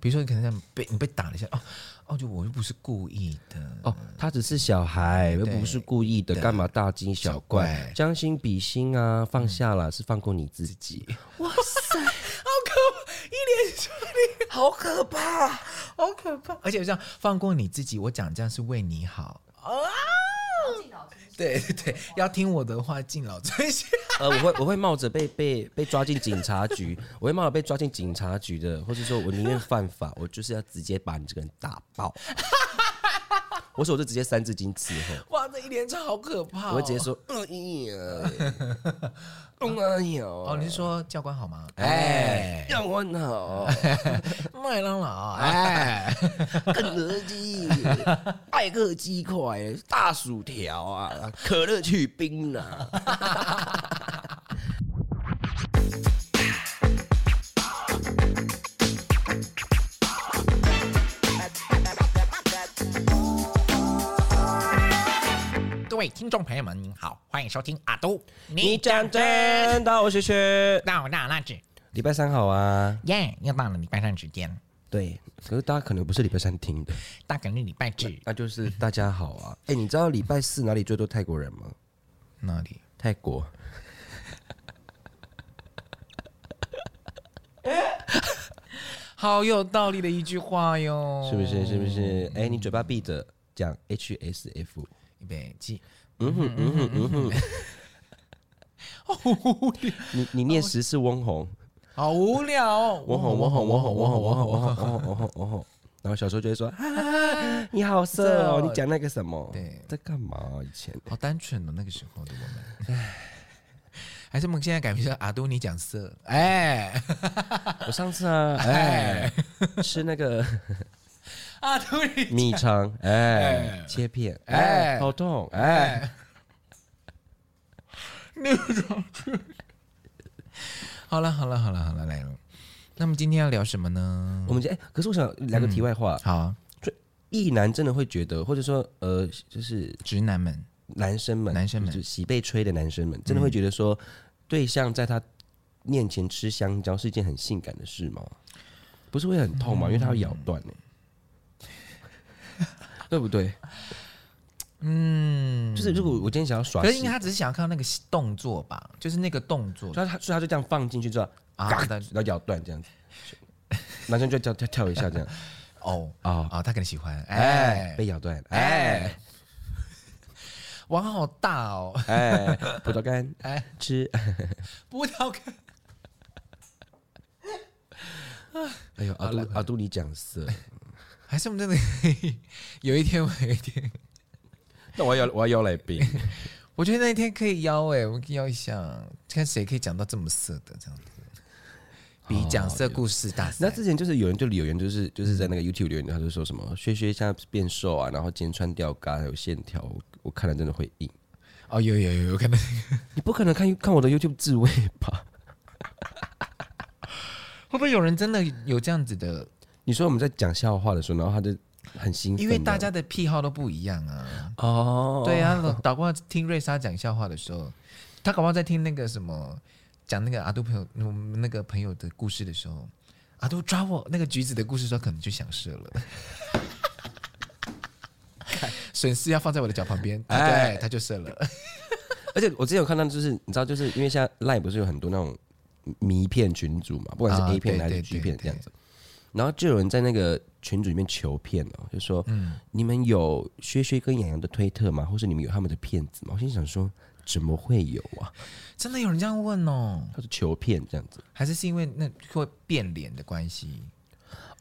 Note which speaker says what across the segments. Speaker 1: 比如说你可能像被你被打了一下，哦哦，就我又不是故意的，
Speaker 2: 哦，他只是小孩，又不是故意的，
Speaker 1: 对
Speaker 2: 干嘛大惊小
Speaker 1: 小
Speaker 2: 怪
Speaker 1: 怪？
Speaker 2: 将心比心啊，放下了，是放过你自己。
Speaker 1: 嗯好可怕，好可怕！而且这样放过你自己，我讲这样是为你好。对对对，要听我的话，敬老尊贤。
Speaker 2: 呃，我会我会冒着被被被抓进警察局， 我会冒着被抓进警察局的，或者说我宁愿犯法， 我就是要直接把你这个人打爆。我说我就直接三字经伺候，
Speaker 1: 哇，这一连串好可怕、哦
Speaker 2: 我会直接说，嗯呀， 嗯啊
Speaker 1: 哦，
Speaker 2: 呀，
Speaker 1: 你是说教官好吗？
Speaker 2: 哎
Speaker 1: 哎，，
Speaker 2: 让我好，
Speaker 1: 麦当劳，哎，
Speaker 2: 肯德基、爱克鸡块、大薯条啊，可乐去冰啦。
Speaker 1: 各位听众朋友们，您好，欢迎收听阿都
Speaker 2: 你讲真，的，我学学。
Speaker 1: 到那那只
Speaker 2: 礼拜三好啊，
Speaker 1: 耶，又到了礼拜三时间，
Speaker 2: 对，可是大家可能不是礼拜三听的，
Speaker 1: 大概是礼拜几？
Speaker 2: 那就是大家好啊。哎、你知道礼拜四哪里最多泰国人吗？哦
Speaker 1: 那里？
Speaker 2: 泰国。
Speaker 1: 好有道理的一句话哟，
Speaker 2: 是不是？是不是？哎、你嘴巴闭着，讲 H S F。
Speaker 1: 预备起，
Speaker 2: 你你念十是翁虹，
Speaker 1: 好无聊哦。
Speaker 2: 翁虹，翁虹，翁虹，翁虹，翁虹，翁虹，翁虹，翁虹，翁虹。然后小时候就会说 啊，你好色哦，你讲那个什么？
Speaker 1: 对
Speaker 2: 在干嘛？以前
Speaker 1: 好单纯的哦那个时候的我们，还是我们现在改名叫阿都尼讲色，哎，
Speaker 2: 我上次啊，哎，吃那 个
Speaker 1: 阿都尼，
Speaker 2: 米肠，哎
Speaker 1: 哎，
Speaker 2: 切片，
Speaker 1: 哎
Speaker 2: 哎，好痛，哎，
Speaker 1: 好了好了好了好了，来了。那么今天要聊什么呢？
Speaker 2: 我们今天哎，可是我想来个题外话，
Speaker 1: 好啊，
Speaker 2: 异男真的会觉得，或者说呃，就是
Speaker 1: 直男们，
Speaker 2: 男生们，
Speaker 1: 男生们
Speaker 2: 就是喜被吹的男生们，真的会觉得说，对象在他面前吃香蕉是一件很性感的事吗？不是会很痛
Speaker 1: 嗯
Speaker 2: 吗？因为他会咬 断呢、对不对？嗯，就是如果我今天想要耍
Speaker 1: 可是应该
Speaker 2: 性，
Speaker 1: 他只是想要看到那个动作吧，就是那个动作
Speaker 2: 所以他所以他就这样放进去之后，
Speaker 1: 啊
Speaker 2: 嘎，
Speaker 1: 但
Speaker 2: 然后咬断这样子，男生就跳跳跳一下这样，
Speaker 1: 哦
Speaker 2: 哦
Speaker 1: 啊，他可能喜欢，
Speaker 2: 哎
Speaker 1: 哎，，
Speaker 2: 被咬断，哎
Speaker 1: 哎，碗好大哦，
Speaker 2: 哎，葡萄干，
Speaker 1: 哎
Speaker 2: 哎，吃，
Speaker 1: 葡萄干。
Speaker 2: 哎呦，阿
Speaker 1: 好来
Speaker 2: 杜阿杜你讲色，
Speaker 1: 还是我们真的 可以有一天，我有一天，
Speaker 2: 那我要我要邀来宾。
Speaker 1: 我觉得那一天可以邀哎、我们可以邀一下，看谁可以讲到这么色的这样子，比讲色故事大赛。
Speaker 2: 哦那之前就是有人就留言，就是就是在那个
Speaker 1: 嗯
Speaker 2: YouTube 留言，他就说什么薛薛现在变瘦啊，然后今天穿吊嘎还有线条，我我看了真的会硬。
Speaker 1: 哦，有有有，我看到
Speaker 2: 你不可能看看我的 YouTube 自慰吧？
Speaker 1: 会不会有人真的有这样子的？
Speaker 2: 你说我们在讲笑话的时候，然后他就很兴奋啊，
Speaker 1: 因为大家的癖好都不一样啊。
Speaker 2: 哦，
Speaker 1: 对啊，搞不好听瑞莎讲笑话的时候，他搞不好在听那个什么讲那个阿杜朋友我们那个朋友的故事的时候，阿杜抓我那个橘子的故事的时候，可能就想射了。 损失要放在我的脚旁边，啊
Speaker 2: 哎
Speaker 1: 对，他就射了。
Speaker 2: 而且我之前有看到，就是你知道，就是因为现在 Line 不是有很多那种迷片群组嘛，不
Speaker 1: 啊
Speaker 2: 管是 A 片
Speaker 1: 对
Speaker 2: 还是
Speaker 1: 对
Speaker 2: G
Speaker 1: 对
Speaker 2: 片这样子，然后就有人在那个群组里面求片哦，就说：“你们有薛薛跟洋洋的推特吗？或是你们有他们的片子吗？”我心想说。怎么会有啊？
Speaker 1: 真的有人这样问哦？
Speaker 2: 他是求片这样子
Speaker 1: 还是是因为那会变脸的关系？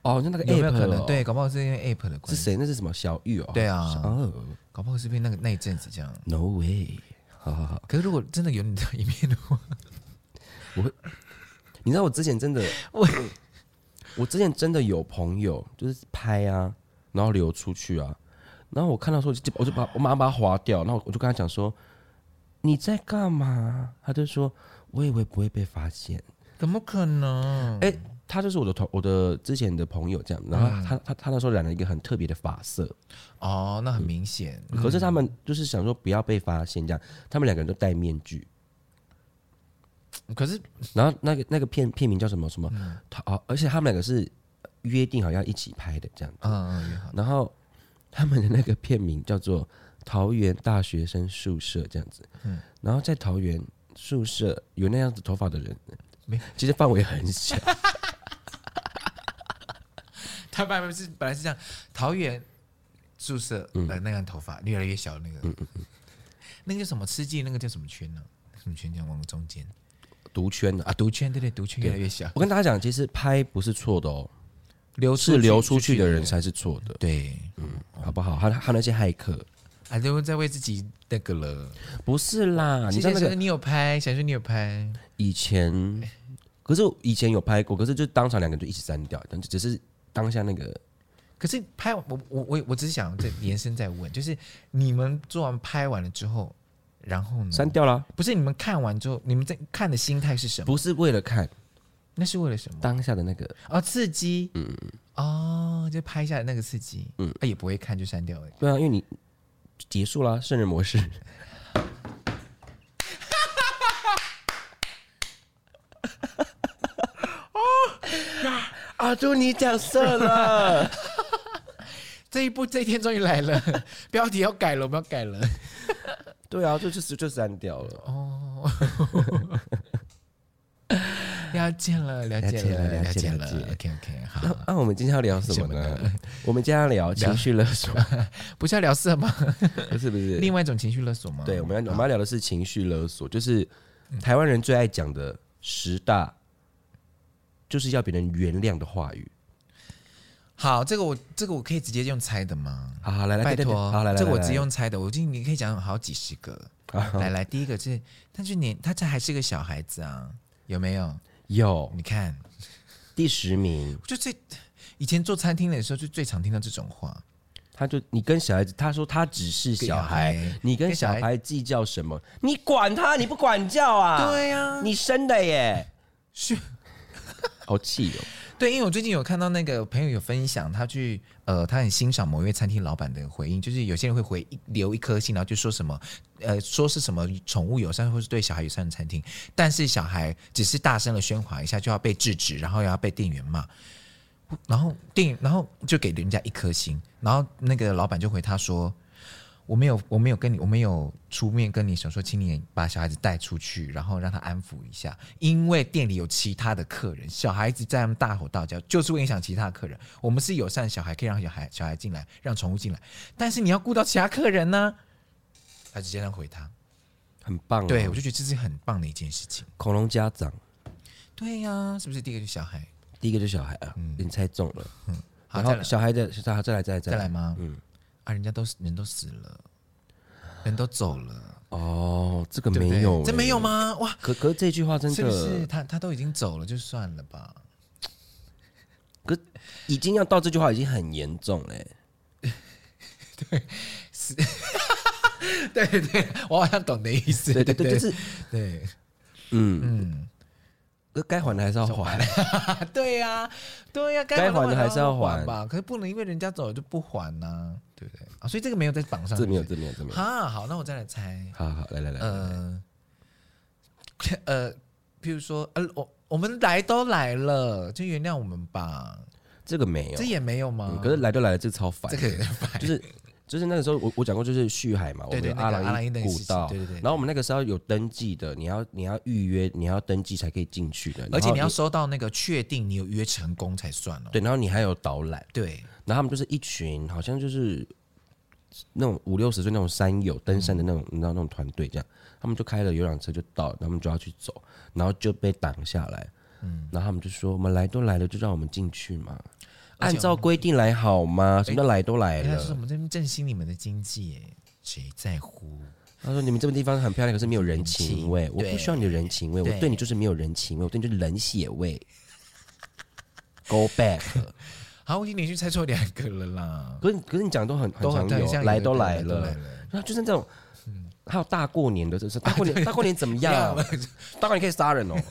Speaker 2: 哦，就那个 app
Speaker 1: 有没有可能？
Speaker 2: 哦
Speaker 1: 对，搞不好是因为 app 的关
Speaker 2: 是
Speaker 1: 系。
Speaker 2: 谁？那是什么小玉哦？
Speaker 1: 对
Speaker 2: 啊
Speaker 1: 啊，
Speaker 2: 哦
Speaker 1: 搞不好是因为那个那一阵子这样。
Speaker 2: ，No way！好好好，
Speaker 1: 可是如果真的有你的一面的话，
Speaker 2: 你知道我之前真的，嗯
Speaker 1: 我
Speaker 2: 我之前真的有朋友就是拍啊，然后流出去啊，然后我看到的时候就我就把我马上把它划掉，然后我就跟他讲说你在干嘛？他就说我以为不会被发现，
Speaker 1: 怎么可能？
Speaker 2: 哎、他就是我的同我的之前的朋友这样，然后他、他他那时候染了一个很特别的发色，
Speaker 1: 哦，那很明显。
Speaker 2: 可是他们就是想说不要被发现这样，他们两个人都戴面具，
Speaker 1: 可是
Speaker 2: 哦然后那个那个片片名叫什么什么，他啊，而且他们两个是约定好要一起拍的这样。
Speaker 1: 嗯，也好，
Speaker 2: 然后他们的那个片名叫做桃园大学生宿舍这样子。
Speaker 1: 嗯
Speaker 2: 然后在桃园宿舍有那样子头发的人
Speaker 1: 没，
Speaker 2: 其实范围很小。
Speaker 1: 他本来是本来是这样，桃园宿舍呃那个头发越来越小那
Speaker 2: 嗯
Speaker 1: 个，那个叫什么吃鸡那个叫什么圈呢？什么圈讲往中间
Speaker 2: 毒圈的、
Speaker 1: 啊？毒圈对对，毒圈越来越小，
Speaker 2: 我跟大家讲，其实拍不是错的哦，
Speaker 1: 流
Speaker 2: 是流出去的人才是错的，
Speaker 1: 对，
Speaker 2: 好不好？他他那些骇客
Speaker 1: 啊，都在为自己那个了。
Speaker 2: 不是啦，啊你
Speaker 1: 其
Speaker 2: 知道
Speaker 1: 实
Speaker 2: 那
Speaker 1: 小
Speaker 2: 个
Speaker 1: 哥你有拍，小说你有拍，
Speaker 2: 以前，可是我以前有拍过，可是就当场两个就一起删掉，但只是当下那个
Speaker 1: 可是拍我我我我只是想再延伸再问，就是你们做完拍完了之后，然后呢？
Speaker 2: 删掉啦，
Speaker 1: 不是你们看完之后，你们在看的心态是什么？
Speaker 2: 不是为了看
Speaker 1: 那是为了什么？
Speaker 2: 当下的那个
Speaker 1: 哦，刺激，嗯，哦，就拍下来那个刺激，嗯，啊、也不会看就删掉了。
Speaker 2: 对啊，因为你结束啦，圣人 模式。
Speaker 1: 哦啊
Speaker 2: 阿朱，你讲色了。
Speaker 1: 这一步这一天终于来了， 标题要改了，我们要 改了。
Speaker 2: 对啊，就就是就删掉了。
Speaker 1: 哦，了解了，了解了，了
Speaker 2: 了
Speaker 1: 解
Speaker 2: 解了
Speaker 1: 了
Speaker 2: 了解了
Speaker 1: OK OK，好，
Speaker 2: 那、啊我们今天要聊什么呢？ 我们今天要聊情绪勒 索，
Speaker 1: 不是要聊色吗？
Speaker 2: 不是不是？
Speaker 1: 另外一种情绪勒索吗？
Speaker 2: 对，我们要我们要聊的是情绪勒索，就是
Speaker 1: 嗯
Speaker 2: 台湾人最爱讲的十大，就是要别人原谅的话语。
Speaker 1: 好，这个我这个我可以直接用猜的吗？
Speaker 2: 好，好来来，
Speaker 1: 拜
Speaker 2: 对对对
Speaker 1: 托，
Speaker 2: 好来来，
Speaker 1: 这个我
Speaker 2: 来啊
Speaker 1: 直
Speaker 2: 来
Speaker 1: 接用猜的，我今你可以讲好几十个。来来，第一个是，但是年他这还是个小孩子啊，有没有？
Speaker 2: 有
Speaker 1: 你看，
Speaker 2: 第十名，
Speaker 1: 就最以前做餐厅的时候，就最常听到这种话。
Speaker 2: 他就你跟小孩子，他说他只是小孩，
Speaker 1: 跟小孩
Speaker 2: 你跟小孩计较什么？你管他，你不管教啊？
Speaker 1: 对呀
Speaker 2: 你生的耶，
Speaker 1: 是，
Speaker 2: 好气哦！
Speaker 1: 对，因为我最近有看到那个朋友有分享，他去呃，他很欣赏某一位餐厅老板的回应，就是有些人会回一留一颗星，然后就说什么呃，说是什么宠物友善或是对小孩友善的餐厅，但是小孩只是大声的喧哗一下就要被制止，然后要被店员骂。然后店员，然后就给人家一颗星，然后那个老板就回他说：“我没有，我没有跟你，我没有出面跟你想说，请你把小孩子带出去，然后让他安抚一下，因为店里有其他的客人，小孩子在那边大吼大叫，就是会影响其他的客人。我们是友善的小孩，可以让小孩小孩进来，让宠物进来，但是你要顾到其他客人呢、他直接这样回他，
Speaker 2: 很棒、哦，
Speaker 1: 对我就觉得这是很棒的一件事情。
Speaker 2: 恐龙家长，
Speaker 1: 对呀、是不是？第一个就是小孩，
Speaker 2: 第一个就是小孩啊，你猜中了。
Speaker 1: 嗯好，
Speaker 2: 然
Speaker 1: 再
Speaker 2: 后
Speaker 1: 来
Speaker 2: 小孩的，再再来再来
Speaker 1: 再来吗？
Speaker 2: 嗯，
Speaker 1: 啊，人家都人都死了，人都走了，
Speaker 2: 哦，这个
Speaker 1: 对不对
Speaker 2: 没有、
Speaker 1: 这没
Speaker 2: 有。
Speaker 1: 有吗？哇，
Speaker 2: 可可是这句话真的，
Speaker 1: 是不是他他都已经走了，就算了吧。
Speaker 2: 可已经要到这句话已经很严重嘞、
Speaker 1: 对对，我好像懂你的意思。
Speaker 2: 对对对，就是
Speaker 1: 对
Speaker 2: 嗯嗯，该还的还是要还。
Speaker 1: 啊，对呀，对呀，
Speaker 2: 该还的还是要
Speaker 1: 还
Speaker 2: 还
Speaker 1: 吧，可是不能因为人家走了就不还呐，对不对？啊，所以这个没有在榜上，
Speaker 2: 这没有，
Speaker 1: 是不
Speaker 2: 这没有，这没
Speaker 1: 是
Speaker 2: 有。
Speaker 1: 哈，好，那我再来猜，
Speaker 2: 好好，来来来，
Speaker 1: 呃 呃，譬如说，呃，我我们来都来了，就原谅我们吧，
Speaker 2: 这个没有
Speaker 1: 这。也没有吗
Speaker 2: 嗯？可是来都来了，这个超烦
Speaker 1: 啊这
Speaker 2: 的。
Speaker 1: 个也烦
Speaker 2: 就是就是那个时候我我讲过，就是旭海嘛，我
Speaker 1: 对
Speaker 2: 们
Speaker 1: 对
Speaker 2: 有
Speaker 1: 那
Speaker 2: 阿
Speaker 1: 个阿
Speaker 2: 拉
Speaker 1: 拉
Speaker 2: 伊
Speaker 1: 伊那个
Speaker 2: 古
Speaker 1: 事情
Speaker 2: 道
Speaker 1: 对对对对，
Speaker 2: 然后我们那个时候有登记的，你要你要预约，你要登记才可以进去的，
Speaker 1: 而且你
Speaker 2: 然
Speaker 1: 要
Speaker 2: 后
Speaker 1: 收到那个确定你有约成功才算哦。
Speaker 2: 对，然后你还有导览，
Speaker 1: 对
Speaker 2: 然后他们就是一群好像就是那种五六十岁那种山友登山的那种，你知道那种团队这样，他们就开了游览车就到了，他们就要去走，然后就被挡下来，嗯，然后他们就说我们来都来了，就让我们进去嘛，
Speaker 1: 而且哎
Speaker 2: 按照规定来好吗？什么叫来都来
Speaker 1: 人家说
Speaker 2: 了？
Speaker 1: 什么这边振兴你们的经济耶，谁在乎？
Speaker 2: 他说你们这个地方很漂亮，可是没有人情味，我
Speaker 1: 对
Speaker 2: 不需要你的人情味，我
Speaker 1: 对
Speaker 2: 嗯对你就是没有人情味，我对你就是冷血味。Go back，
Speaker 1: 好，我已经连续猜错两个了啦，
Speaker 2: 可是可是你讲的都很很
Speaker 1: 都
Speaker 2: 常
Speaker 1: 很
Speaker 2: 有，
Speaker 1: 像
Speaker 2: 来
Speaker 1: 都
Speaker 2: 都来
Speaker 1: 都
Speaker 2: 了嗯
Speaker 1: 来。了，
Speaker 2: 然后就是那种，还有大过年的，这是大过年，大过年怎么 样？大过年可以杀 人哦，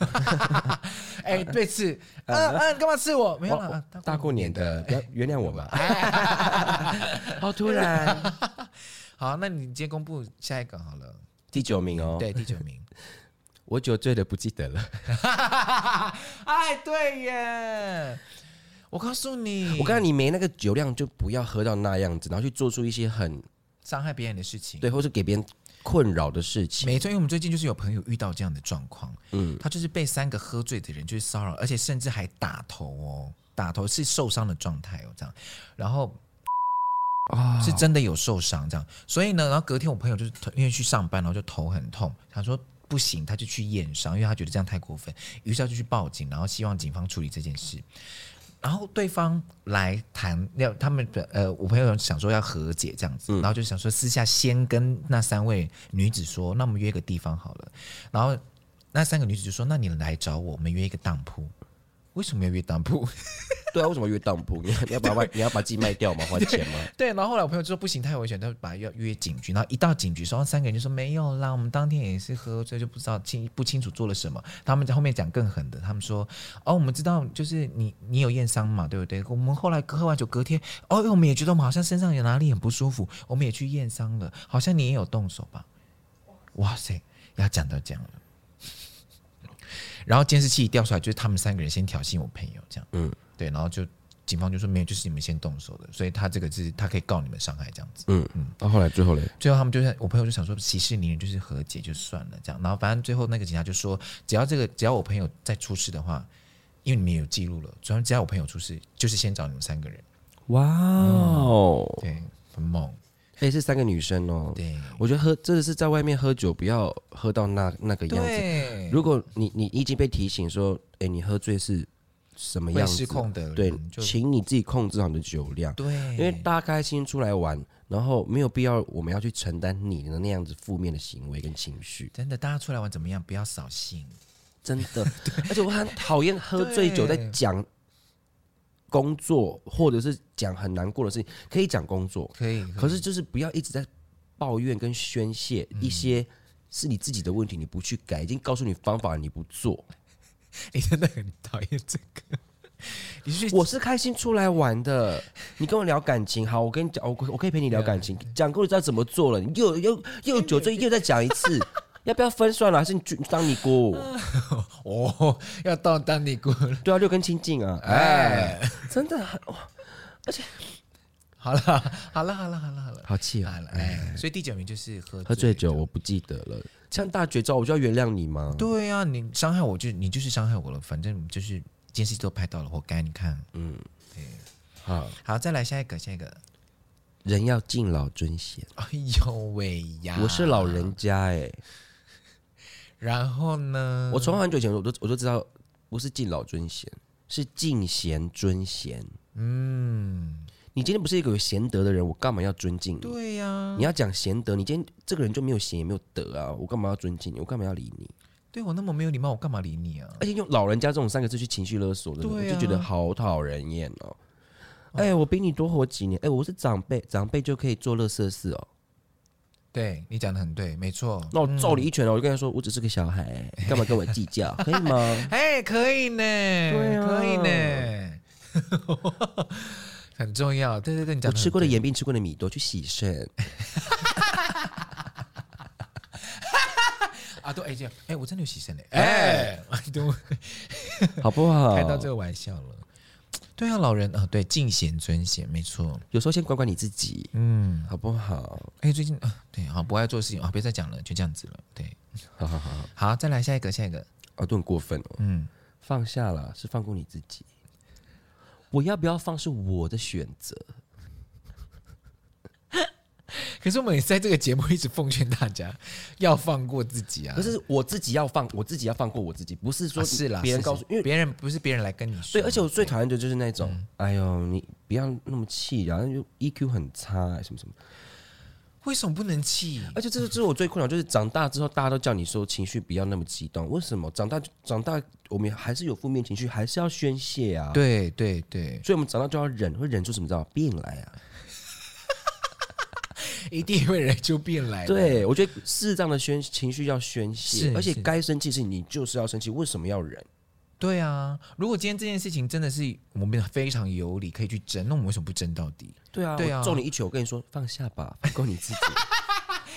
Speaker 1: 哎，对刺，啊啊，干嘛刺我？没有
Speaker 2: 我
Speaker 1: 啦，啊
Speaker 2: 大过年的，不要原谅我吧。 好突然，
Speaker 1: 好，那你直接公布下一个好了。
Speaker 2: 第九名哦，
Speaker 1: 对，第九 名。
Speaker 2: 我酒醉了不记得了，
Speaker 1: 哎，对耶，我告诉你，
Speaker 2: 我告诉你，没那个酒量就不要喝到那样子，然后去做出一些很
Speaker 1: 伤害别人的事情。
Speaker 2: 对，或是给别人困扰的事情。
Speaker 1: 没错，因为我们最近就是有朋友遇到这样的状况，嗯，他就是被三个喝醉的人就是骚扰，而且甚至还打头哦，打头是受伤的状态哦，这样，然后
Speaker 2: 啊
Speaker 1: 是真的有受伤这样，所以呢，然后隔天我朋友就是头因为去上班，然后就头很痛，他说不行，他就去验伤，因为他觉得这样太过分，于是他就去报警，然后希望警方处理这件事。然后对方来谈，要他们的呃，我朋友想说要和解这样子，然后就想说私下先跟那三位女子说，那我们约一个地方好了。然后那三个女子就说，那你来找我，我们约一个当铺。为什么要约当铺？
Speaker 2: 对啊，为什么约当铺？你要你要把外你要把自己卖掉吗？花钱吗？
Speaker 1: 对，然后后来我朋友就说不行，太危险，他就把他约约警局。然后一到警局，说三个人就说没有啦，我们当天也是喝醉，就不知道清不清楚做了什么。他们在后面讲更狠的，他们说哦，我们知道就是你你有验伤嘛，对不对？我们后来喝完酒隔天，哦，因为我们也觉得我们好像身上有哪里很不舒服，我们也去验伤了，好像你也有动手吧？哇塞，要讲到这样了。然后监视器一调出来，就是他们三个人先挑衅我朋友这样，嗯
Speaker 2: 嗯，
Speaker 1: 对，然后就警方就说没有，就是你们先动手的，所以他这个是他可以告你们伤害这样子。
Speaker 2: 嗯嗯。那、后来最后嘞，
Speaker 1: 最后他们就是我朋友就想说息事宁人，就是和解就算了这样。然后反正最后那个警察就说，只要这个只要我朋友再出事的话，因为你们有记录了，主要只要我朋友出事，就是先找你们三个人。
Speaker 2: 哇哦，
Speaker 1: 对，很猛，
Speaker 2: 哎、是三个女生哦。
Speaker 1: 对
Speaker 2: 我觉得喝真的是在外面喝酒，不要喝到那那个样子。
Speaker 1: 对，
Speaker 2: 如果你你已经被提醒说，哎、你喝醉是什么
Speaker 1: 会
Speaker 2: 样
Speaker 1: 失
Speaker 2: 子？
Speaker 1: 控的人
Speaker 2: 对，
Speaker 1: 就
Speaker 2: 请你自己控制好你的酒量，
Speaker 1: 对，因
Speaker 2: 因为大家开心出来玩，然后没有必要我们要去承担你的那样子负面的行为跟情绪，
Speaker 1: 真的大家出来玩怎么样？不要扫兴。
Speaker 2: 真 的。而且我很讨厌喝醉酒在
Speaker 1: 对
Speaker 2: 讲工作，或者是讲很难过的事情，可以讲工作，
Speaker 1: 可以，
Speaker 2: 可是就是不要一直在抱怨跟宣泄一些是你自己的问题，你不去改，已经告诉你方法了，你不做。
Speaker 1: 你哎真的很讨厌这个。 你是去
Speaker 2: 我是开心出来玩的，你跟我聊感情，好，我跟你讲，我我可以陪你聊感情，讲过你知道怎么做了，你又又又酒醉，又再讲一 次，要不要分算了？还是你去当尼 姑？
Speaker 1: 哦，要到当尼姑了。
Speaker 2: 对啊，六根清净啊，哎，真的很哇
Speaker 1: 好了， 好了，好了，好了，好了，
Speaker 2: 好气啊！
Speaker 1: 好了。哎，所以第九名就是喝
Speaker 2: 喝醉酒我不记得了，像大绝招，我就要原谅你吗？
Speaker 1: 对啊，你伤害我就你就是伤害我了，反正就是监视器都拍到了，活该。你看，
Speaker 2: 嗯好，
Speaker 1: 好，再来下一个，下一个。
Speaker 2: 人要敬老尊贤，
Speaker 1: 哎呦喂呀！
Speaker 2: 我是老。人家哎、
Speaker 1: 然后呢？
Speaker 2: 我从很久以前我都我就知道，不是敬老尊贤，是敬贤尊贤。
Speaker 1: 嗯，
Speaker 2: 你今天不是一个有贤德的人，我干嘛要尊敬你？
Speaker 1: 对呀、啊
Speaker 2: 你要讲贤德，你今天这个人就没有贤也没有德啊，我干嘛要尊敬你？我干嘛要理你？
Speaker 1: 对我那么没有礼貌，我干嘛理你啊？
Speaker 2: 而且用老人家这种三个字去情绪勒索，真的、
Speaker 1: 对啊
Speaker 2: 我就觉得好讨人厌哦。哎、我比你多活几年，哎、我是长辈，长辈就可以做乐色事哦。
Speaker 1: 对你讲的很对，没错。
Speaker 2: 那我揍你一拳哦，我就跟他说，我只是个小孩，干嘛跟我计较？可以吗？
Speaker 1: 哎、可以呢，对
Speaker 2: 啊
Speaker 1: 可以呢， 很重要。对对对，你
Speaker 2: 我
Speaker 1: 讲得
Speaker 2: 吃过的
Speaker 1: 很对
Speaker 2: 盐比你吃过的米多，去洗肾。
Speaker 1: 啊，对，哎、这样，哎、我真的有喜声嘞，哎、 都
Speaker 2: 好不好？
Speaker 1: 开到这个玩笑了。对啊，老人啊，对，敬贤尊贤，没错。
Speaker 2: 有时候先管管你自己，
Speaker 1: 嗯，
Speaker 2: 好不好？
Speaker 1: 哎、最近啊，对，好不爱做的事情啊，别再讲了，就这样子了。对，
Speaker 2: 好好好好，
Speaker 1: 好，再来下一个，下一个，
Speaker 2: 啊，都很过分哦。
Speaker 1: 嗯，
Speaker 2: 放下了是放过你自己，我要不要放是我的选择。
Speaker 1: 可是我们也在这个节目一直奉劝大家 要放过自己啊。
Speaker 2: 可是我自己要放，我自己要放过我自己，不是说
Speaker 1: 啊是啦，
Speaker 2: 别人
Speaker 1: 是是
Speaker 2: 告诉，因为
Speaker 1: 别人不是别人来跟你说，
Speaker 2: 对，而且我最讨厌的就是那种，哎呦，你不要那么气，然后就 EQ 很差，什么什么。
Speaker 1: 为什么不能气？
Speaker 2: 而且这是这是我最困扰，就是长大之后大家都叫你说情绪不要那么激动，为什么？长大长大我们还是有负面情绪，还是要宣泄啊。
Speaker 1: 对对对，
Speaker 2: 所以我们长大就要忍，会忍出什么知道病来啊？
Speaker 1: 一定会人就变来了。
Speaker 2: 对，我觉得适当的宣情绪要宣泄，
Speaker 1: 是
Speaker 2: 而且
Speaker 1: 是
Speaker 2: 该生气是你就是要生气，为什么要忍？
Speaker 1: 对啊，如果今天这件事情真的是我们非常有理可以去争，那我们为什么不争到底？
Speaker 2: 对啊，
Speaker 1: 对啊
Speaker 2: 我揍你一拳，我跟你说放下吧，放过你 自己，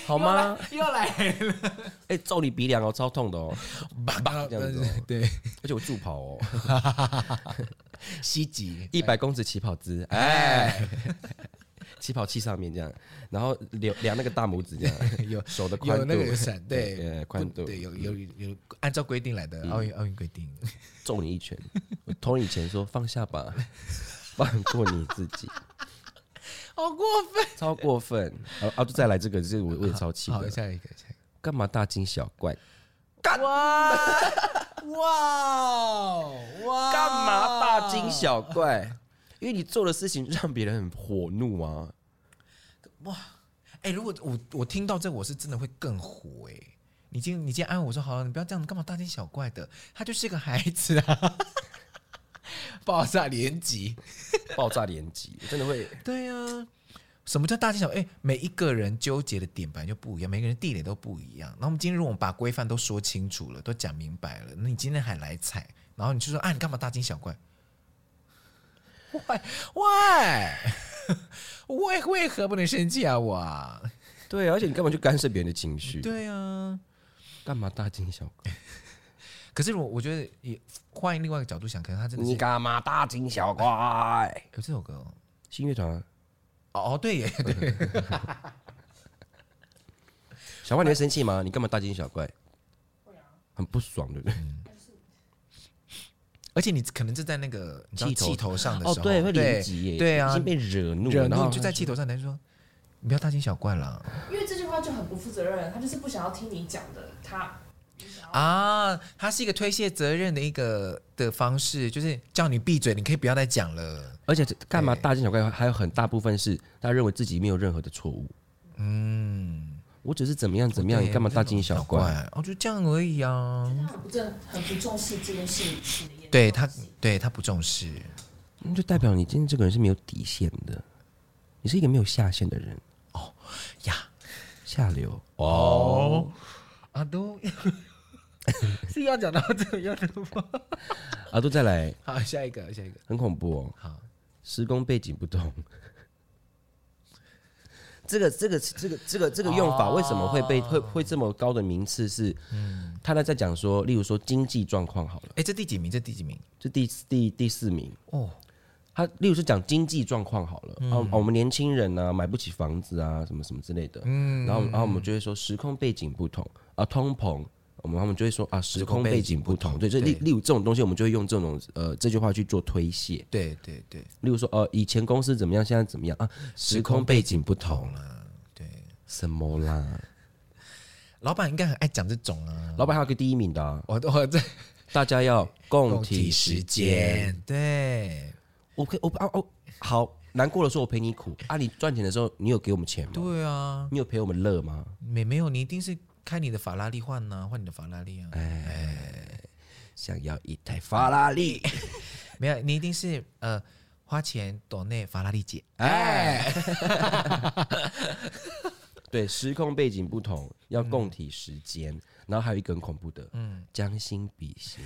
Speaker 2: 好吗？
Speaker 1: 又来了，
Speaker 2: 哎、揍你鼻梁哦，超痛的哦，
Speaker 1: 吧吧
Speaker 2: 这样子哦
Speaker 1: 对，
Speaker 2: 而且我助跑哦。
Speaker 1: 西极
Speaker 2: 一百公尺起跑姿， 哎，起跑器上面这样，然后量量那个大拇指这样，
Speaker 1: 有
Speaker 2: 手的宽
Speaker 1: 有
Speaker 2: 度，
Speaker 1: 那个有 闪对嗯
Speaker 2: 呃宽度，
Speaker 1: 对有有有按照规定来的奥运奥运规定，
Speaker 2: 揍你一拳， 我偷你以前说放下吧， 放过你自己，
Speaker 1: 好过分。
Speaker 2: 超过分，啊啊，就再来这个，这个我我也超 气
Speaker 1: 好，
Speaker 2: 的，
Speaker 1: 下一个下一个。
Speaker 2: 干嘛大惊小怪？
Speaker 1: 哇 哇哇！
Speaker 2: 干嘛大惊小怪？ 因为你做的事情让别人很火怒啊！
Speaker 1: 哎、如果我我听到这，我是真的会更火哎、你今你今天安慰我说好了，你不要这样，你干嘛大惊小怪的？他就是个孩子啊， 爆炸连击。
Speaker 2: 爆炸连击，我真的会
Speaker 1: 对啊，什么叫大惊小怪？哎、每一个人纠结的点本来就不一样，每个人地雷都不一样。那我们今天如果我们把规范都说清楚了，都讲明白了，那你今天还来踩，然后你就说啊，你干嘛大惊小怪？Why why？为 为何不能生气啊？我，
Speaker 2: 对啊，而且你干嘛去干涉别人的情 绪？
Speaker 1: 对啊。
Speaker 2: 干嘛大惊小怪？
Speaker 1: 可是我我觉得也换另外一个角度想，可能他真的是
Speaker 2: 你干嘛大惊小怪？
Speaker 1: 有这首歌哦，
Speaker 2: 新乐团啊，
Speaker 1: 哦哦对耶，对，
Speaker 2: 小怪你会生气吗？你干嘛大惊小怪？很不爽，对不对？
Speaker 1: 而且你可能是在那个你知道
Speaker 2: 气头
Speaker 1: 气头上的时候，
Speaker 2: 哦会
Speaker 1: 对
Speaker 2: 连击耶，
Speaker 1: 对啊
Speaker 2: 已经，被惹怒了，
Speaker 1: 惹
Speaker 2: 然后
Speaker 1: 怒就在气头上，你就说你不要大惊小怪了
Speaker 3: 因为这句话就很不负责任，他就是不想要听你讲的，他
Speaker 1: 啊，它是一个推卸责任的一个的方式，就是叫你闭嘴，你可以不要再讲了，
Speaker 2: 而且这干嘛大惊小怪？还有很大部分是他认为自己没有任何的错误。嗯，我只是怎么样怎么样，
Speaker 1: 对
Speaker 2: 你干嘛大惊小怪？？
Speaker 1: 哦，就这样而已啊，
Speaker 3: 他很不正，很不重视这件事情的严重性
Speaker 1: 对他，对他不重视，
Speaker 2: 那就代表你今天这个人是没有底线的，你是一个没有下限的人，
Speaker 1: 呀
Speaker 2: 下流。
Speaker 1: 哦，啊都 是要讲到这样的吗？
Speaker 2: 啊，都再来，
Speaker 1: 好，下一个，下一个，
Speaker 2: 很恐怖哦。
Speaker 1: 好，
Speaker 2: 施工背景 不同。这个这个这个这个这个用法为什么会被、会会这么高的名次是？
Speaker 1: 嗯
Speaker 2: 他呢在讲说，例如说经济状况好了，
Speaker 1: 哎，这第几名？这第几名？
Speaker 2: 这第第第四名，
Speaker 1: 哦，
Speaker 2: 他例如是讲经济状况好了，啊、我们年轻人呢、啊、买不起房子啊，什么什么之类的，嗯，然后然后我们就会说时空背景不同啊，通膨，我们他们就会说啊时空背景不同，对，就例
Speaker 1: 对
Speaker 2: 例如这种东西，我们就会用这种呃这句话去做推卸，
Speaker 1: 对对对，
Speaker 2: 例如说呃以前公司怎么样，现在怎么样啊，时空背景不同了，
Speaker 1: 对，
Speaker 2: 什么啦？
Speaker 1: 老板应该很爱讲这种啊。
Speaker 2: 老板还有个第一名的、啊，
Speaker 1: 我我在
Speaker 2: 大家要共
Speaker 1: 共
Speaker 2: 体
Speaker 1: 体
Speaker 2: 时
Speaker 1: 时
Speaker 2: 间。
Speaker 1: 间，对
Speaker 2: 我可以我啊哦，好难过的时候我陪你苦啊，你赚钱的时候你有给我们钱吗？
Speaker 1: 对啊，
Speaker 2: 你有陪我们乐吗？
Speaker 1: 没没有你一定是开你的法拉利换呐、换你的法拉利啊，
Speaker 2: 想要一台法拉利，
Speaker 1: 没有你一定是呃花钱躲内法拉利姐，
Speaker 2: 哎， 对，时空背景不同，要共体时间。然后还有一个很恐怖的，嗯，将心比心。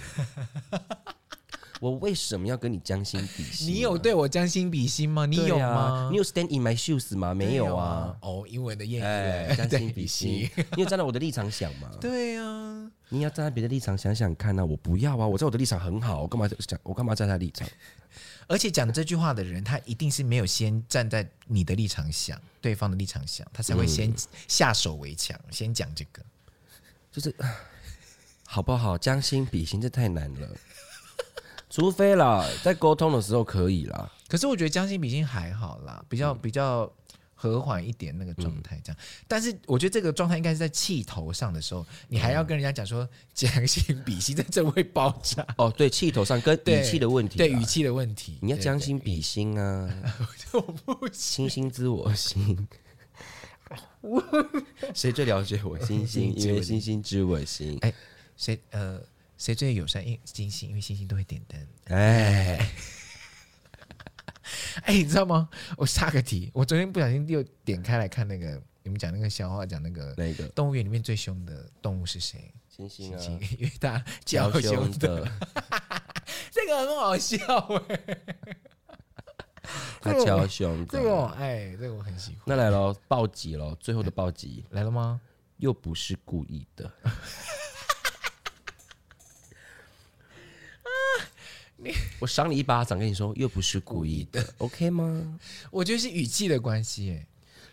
Speaker 2: 我为什么要跟你将心比心啊？
Speaker 1: 你有对我将心比心吗？你
Speaker 2: 对
Speaker 1: 有
Speaker 2: 啊
Speaker 1: 吗？
Speaker 2: 你有 stand in my shoes 吗？没有啊。，
Speaker 1: 哦，英文的谚
Speaker 2: 哎，
Speaker 1: 语，
Speaker 2: 将心
Speaker 1: 对
Speaker 2: 比心，，你有站在我的立场想吗？
Speaker 1: 对啊，
Speaker 2: 你要站在别的立场想想看啊！我不要啊！我在我的立场很好，我干嘛讲？我干嘛站在立场？
Speaker 1: 而且讲这句话的人，他一定是没有先站在你的立场想，对方的立场想，他才会先下手为强，先讲这个。
Speaker 2: 就是 唉好不好？将心比心，这太难了。 除非啦，在沟通的时候可以啦。
Speaker 1: 可是我觉得将心比心还好啦，比
Speaker 2: 嗯
Speaker 1: 较、比较和缓一点那个状态这样。但是我觉得这个状态应该是在气头上的时候，你还要跟人家讲说将心比心，这这会爆 炸。
Speaker 2: 哦，对，气头上跟语
Speaker 1: 对
Speaker 2: 气的问题啦，
Speaker 1: 对语气的问题，
Speaker 2: 啊你要
Speaker 1: 对
Speaker 2: 将心比心啊，
Speaker 1: 我不 行。
Speaker 2: 星星知我心。 谁最了解我星星？因为星星知我心。
Speaker 1: 哎谁呃谁最友善？因星星，因为星星都会点灯。
Speaker 2: 哎，
Speaker 1: 哎、你知道吗？我岔个题，我昨天不小心又点开来看那个你们讲那个笑话，讲那个
Speaker 2: 哪一个？
Speaker 1: 动物园里面最凶的动物是谁？
Speaker 2: 星星啊，
Speaker 1: 因为它
Speaker 2: 娇
Speaker 1: 叫
Speaker 2: 凶
Speaker 1: 凶的，
Speaker 2: 的，
Speaker 1: 这个很好笑哎、
Speaker 2: 他娇凶
Speaker 1: 这个我
Speaker 2: 的。
Speaker 1: 哎，这个我很喜欢。
Speaker 2: 那来喽，暴击喽，最后的暴击
Speaker 1: 来了吗？
Speaker 2: 又不是故意的。我 赏你一巴掌，跟你说又不是故意的 ，OK 吗？
Speaker 1: 我觉得是语气的关系哎耶。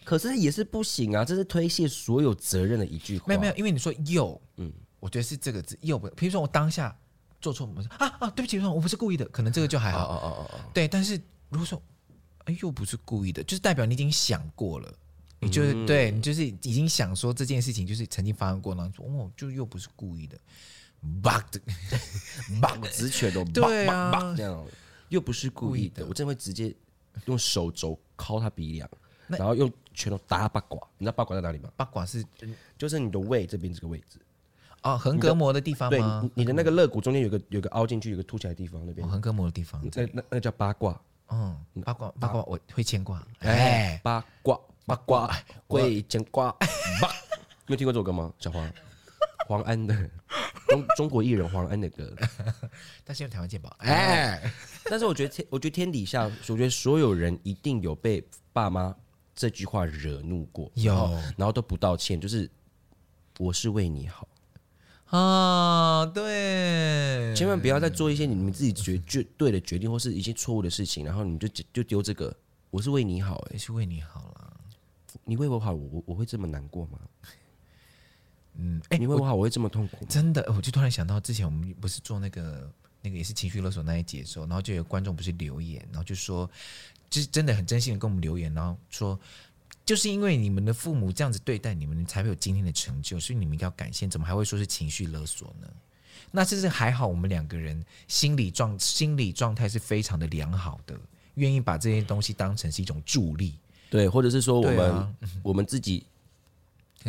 Speaker 2: 可是也是不行啊，这是推卸所有责任的一句话。
Speaker 1: 没有没有，因为你说又，啊嗯，我觉得是这个字又不，比如说我当下做错某事啊啊，对不起，我不是故意的，可能这个就还
Speaker 2: 哦
Speaker 1: 好。
Speaker 2: 哦哦哦哦，
Speaker 1: 对，但是如果说哎又不是故意的，就是代表你已经想过了。你就是、对你就是已经想说这件事情就是曾经发生过，然后说哦，就又不是故意的，bug
Speaker 2: 棒直拳都
Speaker 1: 对啊
Speaker 2: 棒棒棒这样，又不是故意
Speaker 1: 故意
Speaker 2: 的，
Speaker 1: 的
Speaker 2: 我真的会直接用手肘敲他鼻梁，
Speaker 1: 那
Speaker 2: 然后用拳头打他八卦。你知道八卦在哪里吗？
Speaker 1: 八卦是
Speaker 2: 就是你的胃这边这个位置，
Speaker 1: 哦横膈膜的地方
Speaker 2: 对，
Speaker 1: 吗啊
Speaker 2: 你？你的那个肋骨中间有个有个凹进去，有个凸起来的地方那边
Speaker 1: 哦，横膈膜的地方，
Speaker 2: 那那那叫八卦。
Speaker 1: 嗯，八卦八卦我会牵挂，
Speaker 2: 哎
Speaker 1: 哎，，
Speaker 2: 八卦八卦，鬼见卦八。你有听过这首歌吗？小 黄，黄安的中中国艺人黄安的歌。
Speaker 1: 但是用台湾健保，哎，
Speaker 2: 但是我觉得天，我觉得天底下，我觉得所有人一定有被爸妈这句话惹怒过，
Speaker 1: 有
Speaker 2: 然后然后都不道歉，就是我是为你好，
Speaker 1: 啊，对，
Speaker 2: 千万不要再做一些你们自己决决对的决定，或是一些错误的事情，然后你们就就就丢这个。我是为你好、欸，
Speaker 1: 也是为你好啦。
Speaker 2: 你为我好，我我我会这么难过吗？
Speaker 1: 嗯，哎、
Speaker 2: 你为我好，我会这么痛苦吗？
Speaker 1: 真的，呃我就突然想到，之前我们不是做那个那个也是情绪勒索那一节的时候，然后就有观众不是留言，然后就说，就是真的很真心的跟我们留言，然后说。就是因为你们的父母这样子对待你们，才会有今天的成就，所以你们应该要感谢。怎么还会说是情绪勒索呢？那这是还好，我们两个人心理状心理状态是非常的良好的，愿意把这些东西当成是一种助力，
Speaker 2: 对，或者是说我
Speaker 1: 对
Speaker 2: 们、
Speaker 1: 啊
Speaker 2: 我们自己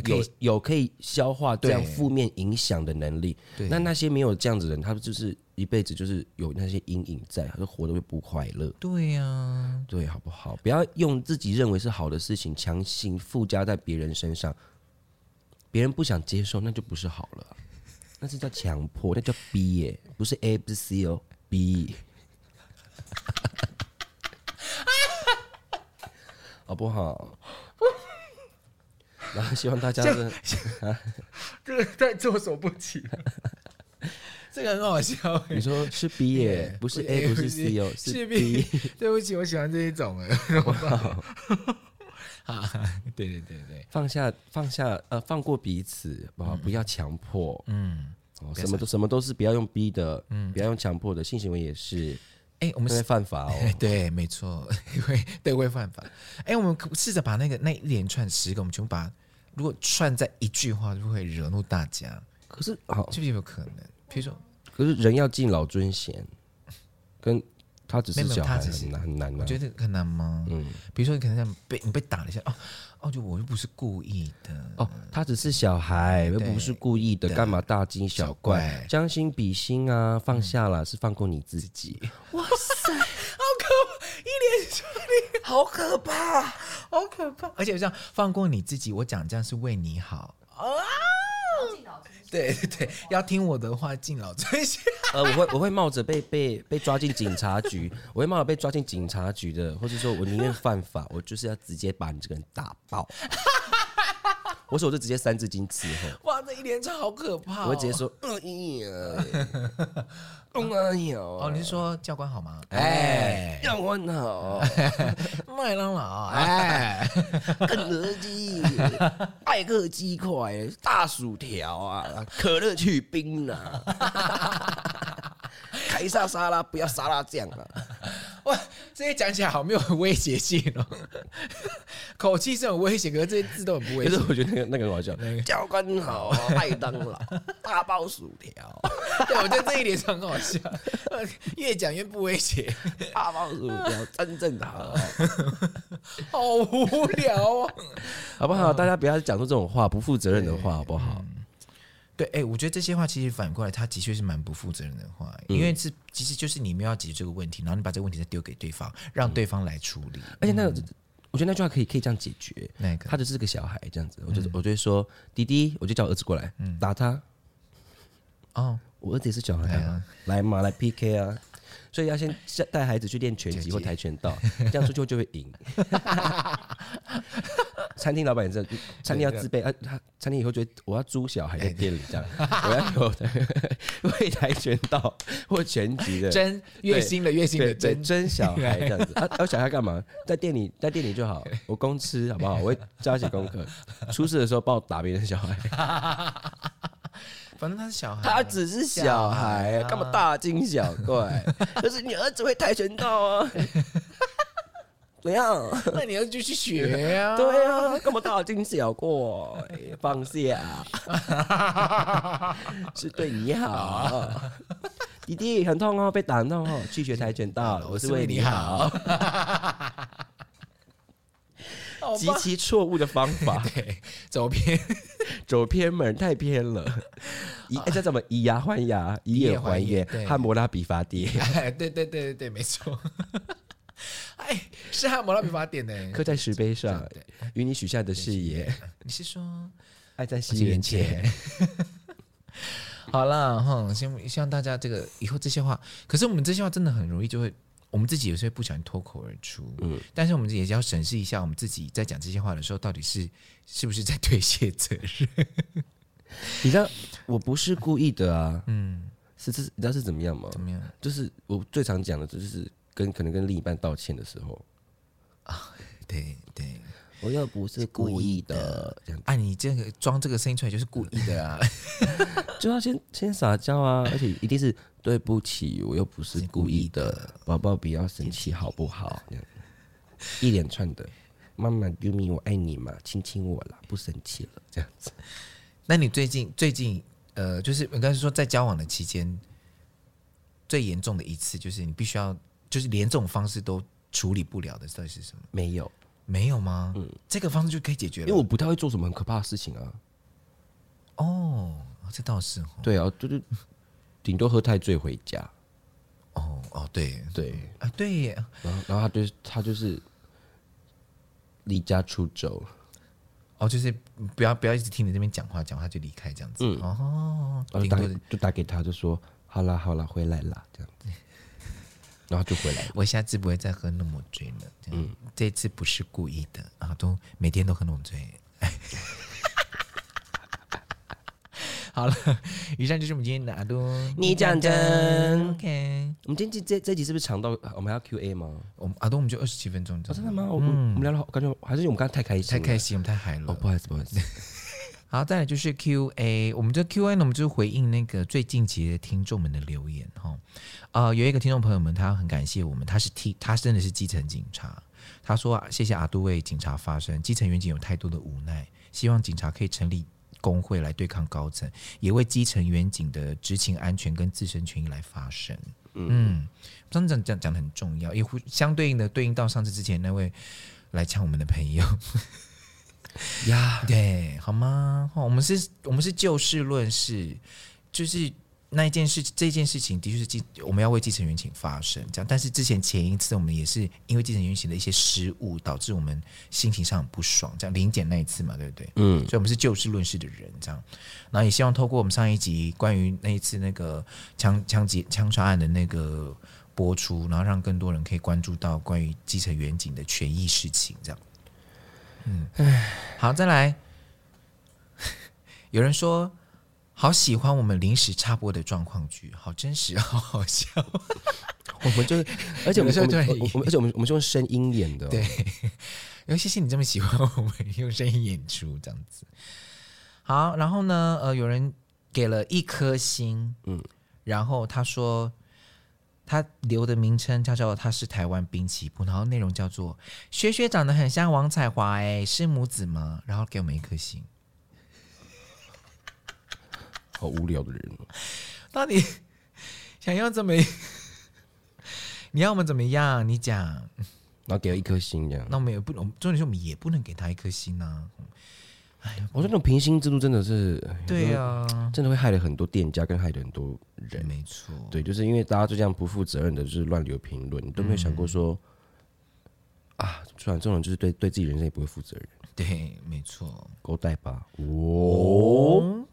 Speaker 1: 可以
Speaker 2: 有有可以消化这样
Speaker 1: 对
Speaker 2: 负面影响的能力。
Speaker 1: 对
Speaker 2: 那那些没有这样子的人，他们就是一辈子就是有那些阴影在，他就活得会不快乐。
Speaker 1: 对啊呀、
Speaker 2: 对，好不好？不要用自己认为是好的事情强行附加在别人身上，别人不想接受，那就不是好 了啊，那是叫强迫，那叫逼耶、不是 A 不是 C 哦，B，好不好？然后希望大 家的
Speaker 1: 这个太措手不及了，这个很好笑欸、
Speaker 2: 你说是 B 耶、不是 A 不是 C 哦，是
Speaker 1: 是
Speaker 2: B。
Speaker 1: 对不起，我喜欢这一种哎，怎么办？啊，对对对对，
Speaker 2: 放下，放下，呃，放过彼此，好不好？不要强迫，
Speaker 1: 嗯，
Speaker 2: 哦，什么都什么都是不要用逼的，不要用强迫的，性行为也是，
Speaker 1: 哎，嗯我
Speaker 2: 我
Speaker 1: 们
Speaker 2: 会
Speaker 1: 是。
Speaker 2: 犯法哦。
Speaker 1: 哎，对，没错，会对会犯法。哎，我们可试着把那个那一连串十个，我们全部把它，如果串在一句话，就会惹怒大家，
Speaker 2: 可是好，
Speaker 1: 是不是有可能？比如说，
Speaker 2: 可是人要敬老尊贤，跟他只是
Speaker 1: 没有没有
Speaker 2: 小孩
Speaker 1: 他只是
Speaker 2: 很难很难
Speaker 1: 我
Speaker 2: 啊。
Speaker 1: 觉得很难吗？嗯，比如说你可能像被你被打了一下，哦哦，就我又不是故意的，
Speaker 2: 哦，他只是小孩，又不是故意的，干嘛大惊小怪
Speaker 1: 怪？嗯
Speaker 2: 将心比心啊，放下啦，是放过你自己。
Speaker 1: 好可怕，好可怕！而且这样放过你自己，我讲这样是为你好。
Speaker 3: 要进脑筋
Speaker 1: 对对对，要听我的话，敬老尊贤。
Speaker 2: 呃，我会我会冒着被被被抓进警察局，我会冒着被抓进警察局的，或者说我宁愿犯法，我就是要直接把你这个人打爆。 我说我就直接三字经伺候。
Speaker 1: 哇，这一连串好可怕、哦
Speaker 2: 我会直接说，嗯 呀，嗯啊
Speaker 1: 哦，
Speaker 2: 呀，
Speaker 1: 你是说教官好吗？
Speaker 2: 哎
Speaker 1: 哎，，
Speaker 2: 让我好，
Speaker 1: 麦当劳， 哎，
Speaker 2: 肯德基，爱克鸡块，大薯条啊，可乐去冰啦， 凯撒沙拉不要沙拉酱啊，
Speaker 1: 哇，这些讲起来好没有威胁性哦， 口气是很威胁，可是这些字都很不威
Speaker 2: 可
Speaker 1: 胁
Speaker 2: 是。我觉得那个那个很好笑，教官好，麦当劳， 大包薯条，
Speaker 1: 对，我觉得这一连串很好 笑，越讲越不威胁，
Speaker 2: 大包薯条 真正好，
Speaker 1: 嗯好无聊哦。
Speaker 2: 好不好？大家不要讲出这种话，不负责任的话，
Speaker 1: 嗯
Speaker 2: 好不好？
Speaker 1: 对，哎、我觉得这些话其实反过来，他的确是蛮不负责任的话，
Speaker 2: 嗯
Speaker 1: 因为是其实就是你们要解决这个问题，然后你把这个问题再丢给对方，
Speaker 2: 嗯
Speaker 1: 让对方来处理。
Speaker 2: 而且那个，我觉得那句话可以可以这样解决。
Speaker 1: 那个嗯
Speaker 2: 他只是个小孩这样子，我就我就会说弟弟，我就叫我儿子过来打他，
Speaker 1: 哦，
Speaker 2: 我儿子也是小孩啊，来嘛来 PK 啊，所以要先先 带孩子去练拳击或跆拳道，这样出去就会赢。 餐厅老板也是，餐厅要自备，啊，他餐厅以后觉得我要租小孩在店里这样，
Speaker 1: 哎
Speaker 2: 我要有未来全道或全集的
Speaker 1: 真月薪的月薪的
Speaker 2: 对对
Speaker 1: 真
Speaker 2: 真小孩这样子， 啊，要小孩干嘛？在店里，在店里就好，我公吃好不好？我会教他写功课，出事的时候帮我打别人小孩，
Speaker 1: 反正他是小孩，啊
Speaker 2: 他只是小孩，干嘛大惊小 怪？可是你儿子会跆拳道啊，怎样？
Speaker 1: 那你要继续学呀、
Speaker 2: 对啊，干嘛大惊小怪？放下，
Speaker 1: 啊
Speaker 2: 是对你好。 弟弟很痛哦，被打很痛哦，去学跆拳道，我是为你好。
Speaker 1: 好吧
Speaker 2: 极其错误的方 法，
Speaker 1: 对，走偏
Speaker 2: 走偏门太偏了。以哎，这怎么以牙还牙，以眼还眼
Speaker 1: 对？
Speaker 2: 汉摩拉比法典，
Speaker 1: 哎，对对对对对，没错。 哎，是汉摩拉比法典呢、
Speaker 2: 刻在石碑上
Speaker 1: 对，
Speaker 2: 与你许下的誓言，
Speaker 1: 你是说
Speaker 2: 爱在西元前。
Speaker 1: 好啦，哼，希希望大家这个以后这些话，可是我们这些话真的很容易就会，我们自己有时候不小心脱口而出，嗯，但是我们也要审视一下，我们自己在讲这些话的时候，到底是是不是在推卸责任？
Speaker 2: 你知道我不是故意的啊，
Speaker 1: 嗯，
Speaker 2: 是这你知道是怎么样吗？
Speaker 1: 怎么样？
Speaker 2: 就是我最常讲的，就是跟可能跟另一半道歉的时候，
Speaker 1: 对对，
Speaker 2: 我又不是故意的，这样
Speaker 1: 啊，你这个装这个声音出来就是故意的 啊，
Speaker 2: 就要先先撒娇 啊，而且一定是对不起，我又不是故意的，宝宝不要生气好不好？这样一连串的，妈妈救命，我爱你嘛，亲亲我啦，不生气了，这样子。
Speaker 1: 那你最近最近呃，就是我刚才说在交往的期间，最严重的一次就是你必须要，就是连这种方式都处理不了的，到底是什么？
Speaker 2: 没有，
Speaker 1: 没有吗？嗯，这个方式就可以解决
Speaker 2: 因
Speaker 1: 了。
Speaker 2: 为我不太会做什么很可怕的事情啊。
Speaker 1: 哦，这倒是哦
Speaker 2: 对啊，就是顶多喝太醉回家。
Speaker 1: 哦哦，对
Speaker 2: 对，
Speaker 1: 啊，对耶，
Speaker 2: 然后然后他就是他就是离家出走。
Speaker 1: 哦，就是不要不要一直听你这边讲话，讲话就离开这样子。哦，
Speaker 2: 嗯然后
Speaker 1: 顶
Speaker 2: 打
Speaker 1: 多
Speaker 2: 给就打给他，就说好啦好啦，回来啦这样子， 然后就回来了。
Speaker 1: 我下次不会再喝那么醉了。嗯，这次不是故意的啊，都每天都喝那么醉。 好了，以上就是我们今天的阿多。
Speaker 2: 你讲真
Speaker 1: OK，
Speaker 2: 我们今天这这这集是不是长到啊我们还要 Q A 吗？
Speaker 1: 我们阿多我们就二十七分钟这
Speaker 2: 哦，
Speaker 1: 样，
Speaker 2: 真的吗？我们、我们聊了好，感觉还是我们刚才太开心，
Speaker 1: 太开。心，我们太嗨了
Speaker 2: 哦，。不好意思，不好意思。
Speaker 1: 好，再来就是 Q&A，我们这 Q&A 呢，我们就是回应那个最近期的听众们的留言哈。呃，有一个听众朋友们，他很感谢我们，他是替他真的是基层警察，他说、啊、谢谢阿杜为警察发声，基层员警有太多的无奈，希望警察可以成立工会来对抗高层，也为基层员警的执勤安全跟自身权益来发声。嗯，真的讲讲的很重要，也呼相对应的对应到上次之前那位来呛我们的朋友。
Speaker 2: 呀，
Speaker 1: 对，好吗？哦我们是，我们是就事论事，就是那一件事，这件事情的确是继我们要为继承员请发声，这样。但是之前前一次我们也是因为继承员请的一些失误，导致我们心情上很不爽，这样零检那一次嘛，对不对？
Speaker 2: 嗯，
Speaker 1: 所以我们是就事论事的人，这样。然后也希望透过我们上一集关于那一次那个枪枪击枪杀案的那个播出，然后让更多人可以关注到关于基层远景的权益事情，这样。嗯，好，再来。有人说。好喜欢我们临时插播的状况剧，好真实，好好笑。
Speaker 2: 我们 就是，而且我们
Speaker 1: 有的时候
Speaker 2: 我们
Speaker 1: 突然
Speaker 2: 我们，而且我们我们是用声音演的、哦
Speaker 1: 对，尤其是你这么喜欢我们用声音演出这样子。好，然后呢，呃，有人给了一颗星，嗯，然后他说他留的名称叫做他是台湾滨崎步，然后内容叫做学学长得很像王彩华、哎，是母子吗？然后给我们一颗星，
Speaker 2: 好无聊的人哦。
Speaker 1: 到底想要怎么？ 你要我们怎么样？你讲。
Speaker 2: 然后给了一颗星这样。
Speaker 1: 那我们也不能，重点是我们也不能给他一颗星啊。
Speaker 2: 我说那种评星制度真的是，
Speaker 1: 对
Speaker 2: 呀、
Speaker 1: 啊，
Speaker 2: 真的会害了很多店家，跟害了很多人。
Speaker 1: 没错。
Speaker 2: 对，就是因为大家就这样不负责任的，就是乱留评论，你都没有想过说、啊，突然这种人就是对对自己人生也不会负责任，
Speaker 1: 对，没错。
Speaker 2: 狗带吧。
Speaker 1: 哦，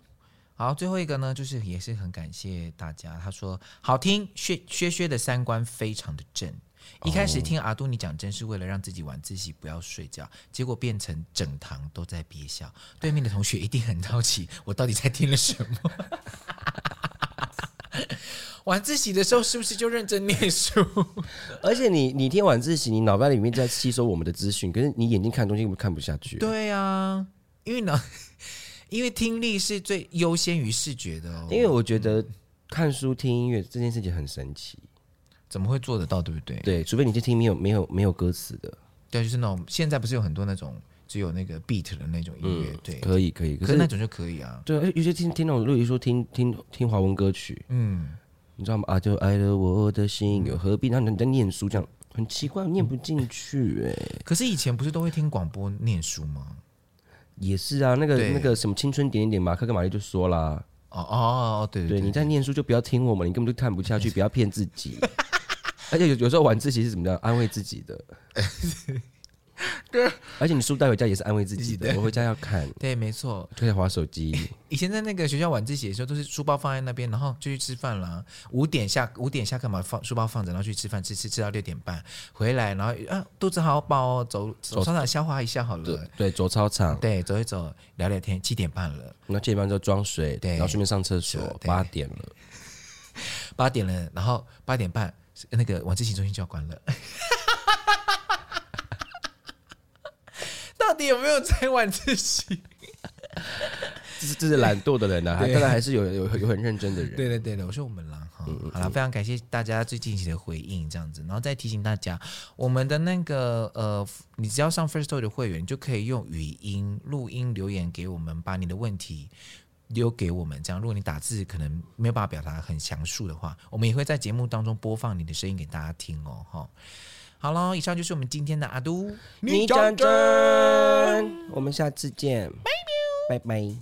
Speaker 1: 好，最后一个呢，就是也是很感谢大家。他说好听，薛薛薛的三观非常的正，一开始听阿杜你讲，真是为了让自己晚自习不要睡觉，结果变成整堂都在憋笑。对面的同学一定很好奇，我到底在听了什么。 晚自习的时候是不是就认真念书？
Speaker 2: 而且你你听晚自习，你脑袋里面在吸收我们的资讯，可是你眼睛看东西根本看不下去。
Speaker 1: 对啊，因为呢，因为听力是最优先于视觉的哦。
Speaker 2: 因为我觉得看书听音乐这件事情很神奇。
Speaker 1: 怎么会做得到，对不对？
Speaker 2: 对，除非你去听没有没有没有歌词的
Speaker 1: 对，就是那种现在不是有很多那种只有那个 beat 的那种音乐，对，
Speaker 2: 嗯可以可以，可
Speaker 1: 可是那
Speaker 2: 是
Speaker 1: 种就可以啊。
Speaker 2: 对，而且有些听听那种，例如说听听听华文歌曲，
Speaker 1: 嗯，
Speaker 2: 你知道吗？啊，就爱了我的心，有何必？然后你在念书，这样很奇怪，念不进去哎、
Speaker 1: 可是以前不是都会听广播念书吗？
Speaker 2: 也是啊，那个
Speaker 1: 对
Speaker 2: 那个什么青春点点点，马克跟玛丽就说啦，
Speaker 1: 哦哦哦哦，对对
Speaker 2: 对，你在念书就不要听我们，你根本就看不下去，不要骗自己。 而且有有时候晚自习是怎么样安慰自己的， 对。而且你书带回家也是安慰自己的，我回家要看，
Speaker 1: 对，没错。
Speaker 2: 就开始划手机。
Speaker 1: 以前在那个学校晚自习的时候，都是书包放在那边，然后就去吃饭啦。五点下五点下课嘛，放书包放着，然后去吃饭，吃吃吃到六点半回来，然后啊肚子好饱哦，走走操场消化一下好了。
Speaker 2: 对，走操场，
Speaker 1: 对，走一走，聊聊天，七点半了。
Speaker 2: 然后这班就装水，
Speaker 1: 对
Speaker 2: 然后顺便上厕所，
Speaker 1: 对
Speaker 2: 八点了。
Speaker 1: 八点了，然后八点半那个晚自习中心就要关了。 到底有没有在晚自习？
Speaker 2: 这是这是懒惰的人啊，还当然还是有有有很认真的人。
Speaker 1: 对的，对的，我说我们啦哈。好了，非常感谢大家最近期的回应，这样子，然后再提醒大家，我们的那个呃，你只要上 First Story 的会员，你就可以用语音录音留言给我们，把你的问题。留给我们这样，如果你打字可能没有办法表达很详述的话，我们也会在节目当中播放你的声音给大家听哦，哈。好了，以上就是我们今天的阿都，
Speaker 2: 你讲真，我们下次见，拜拜。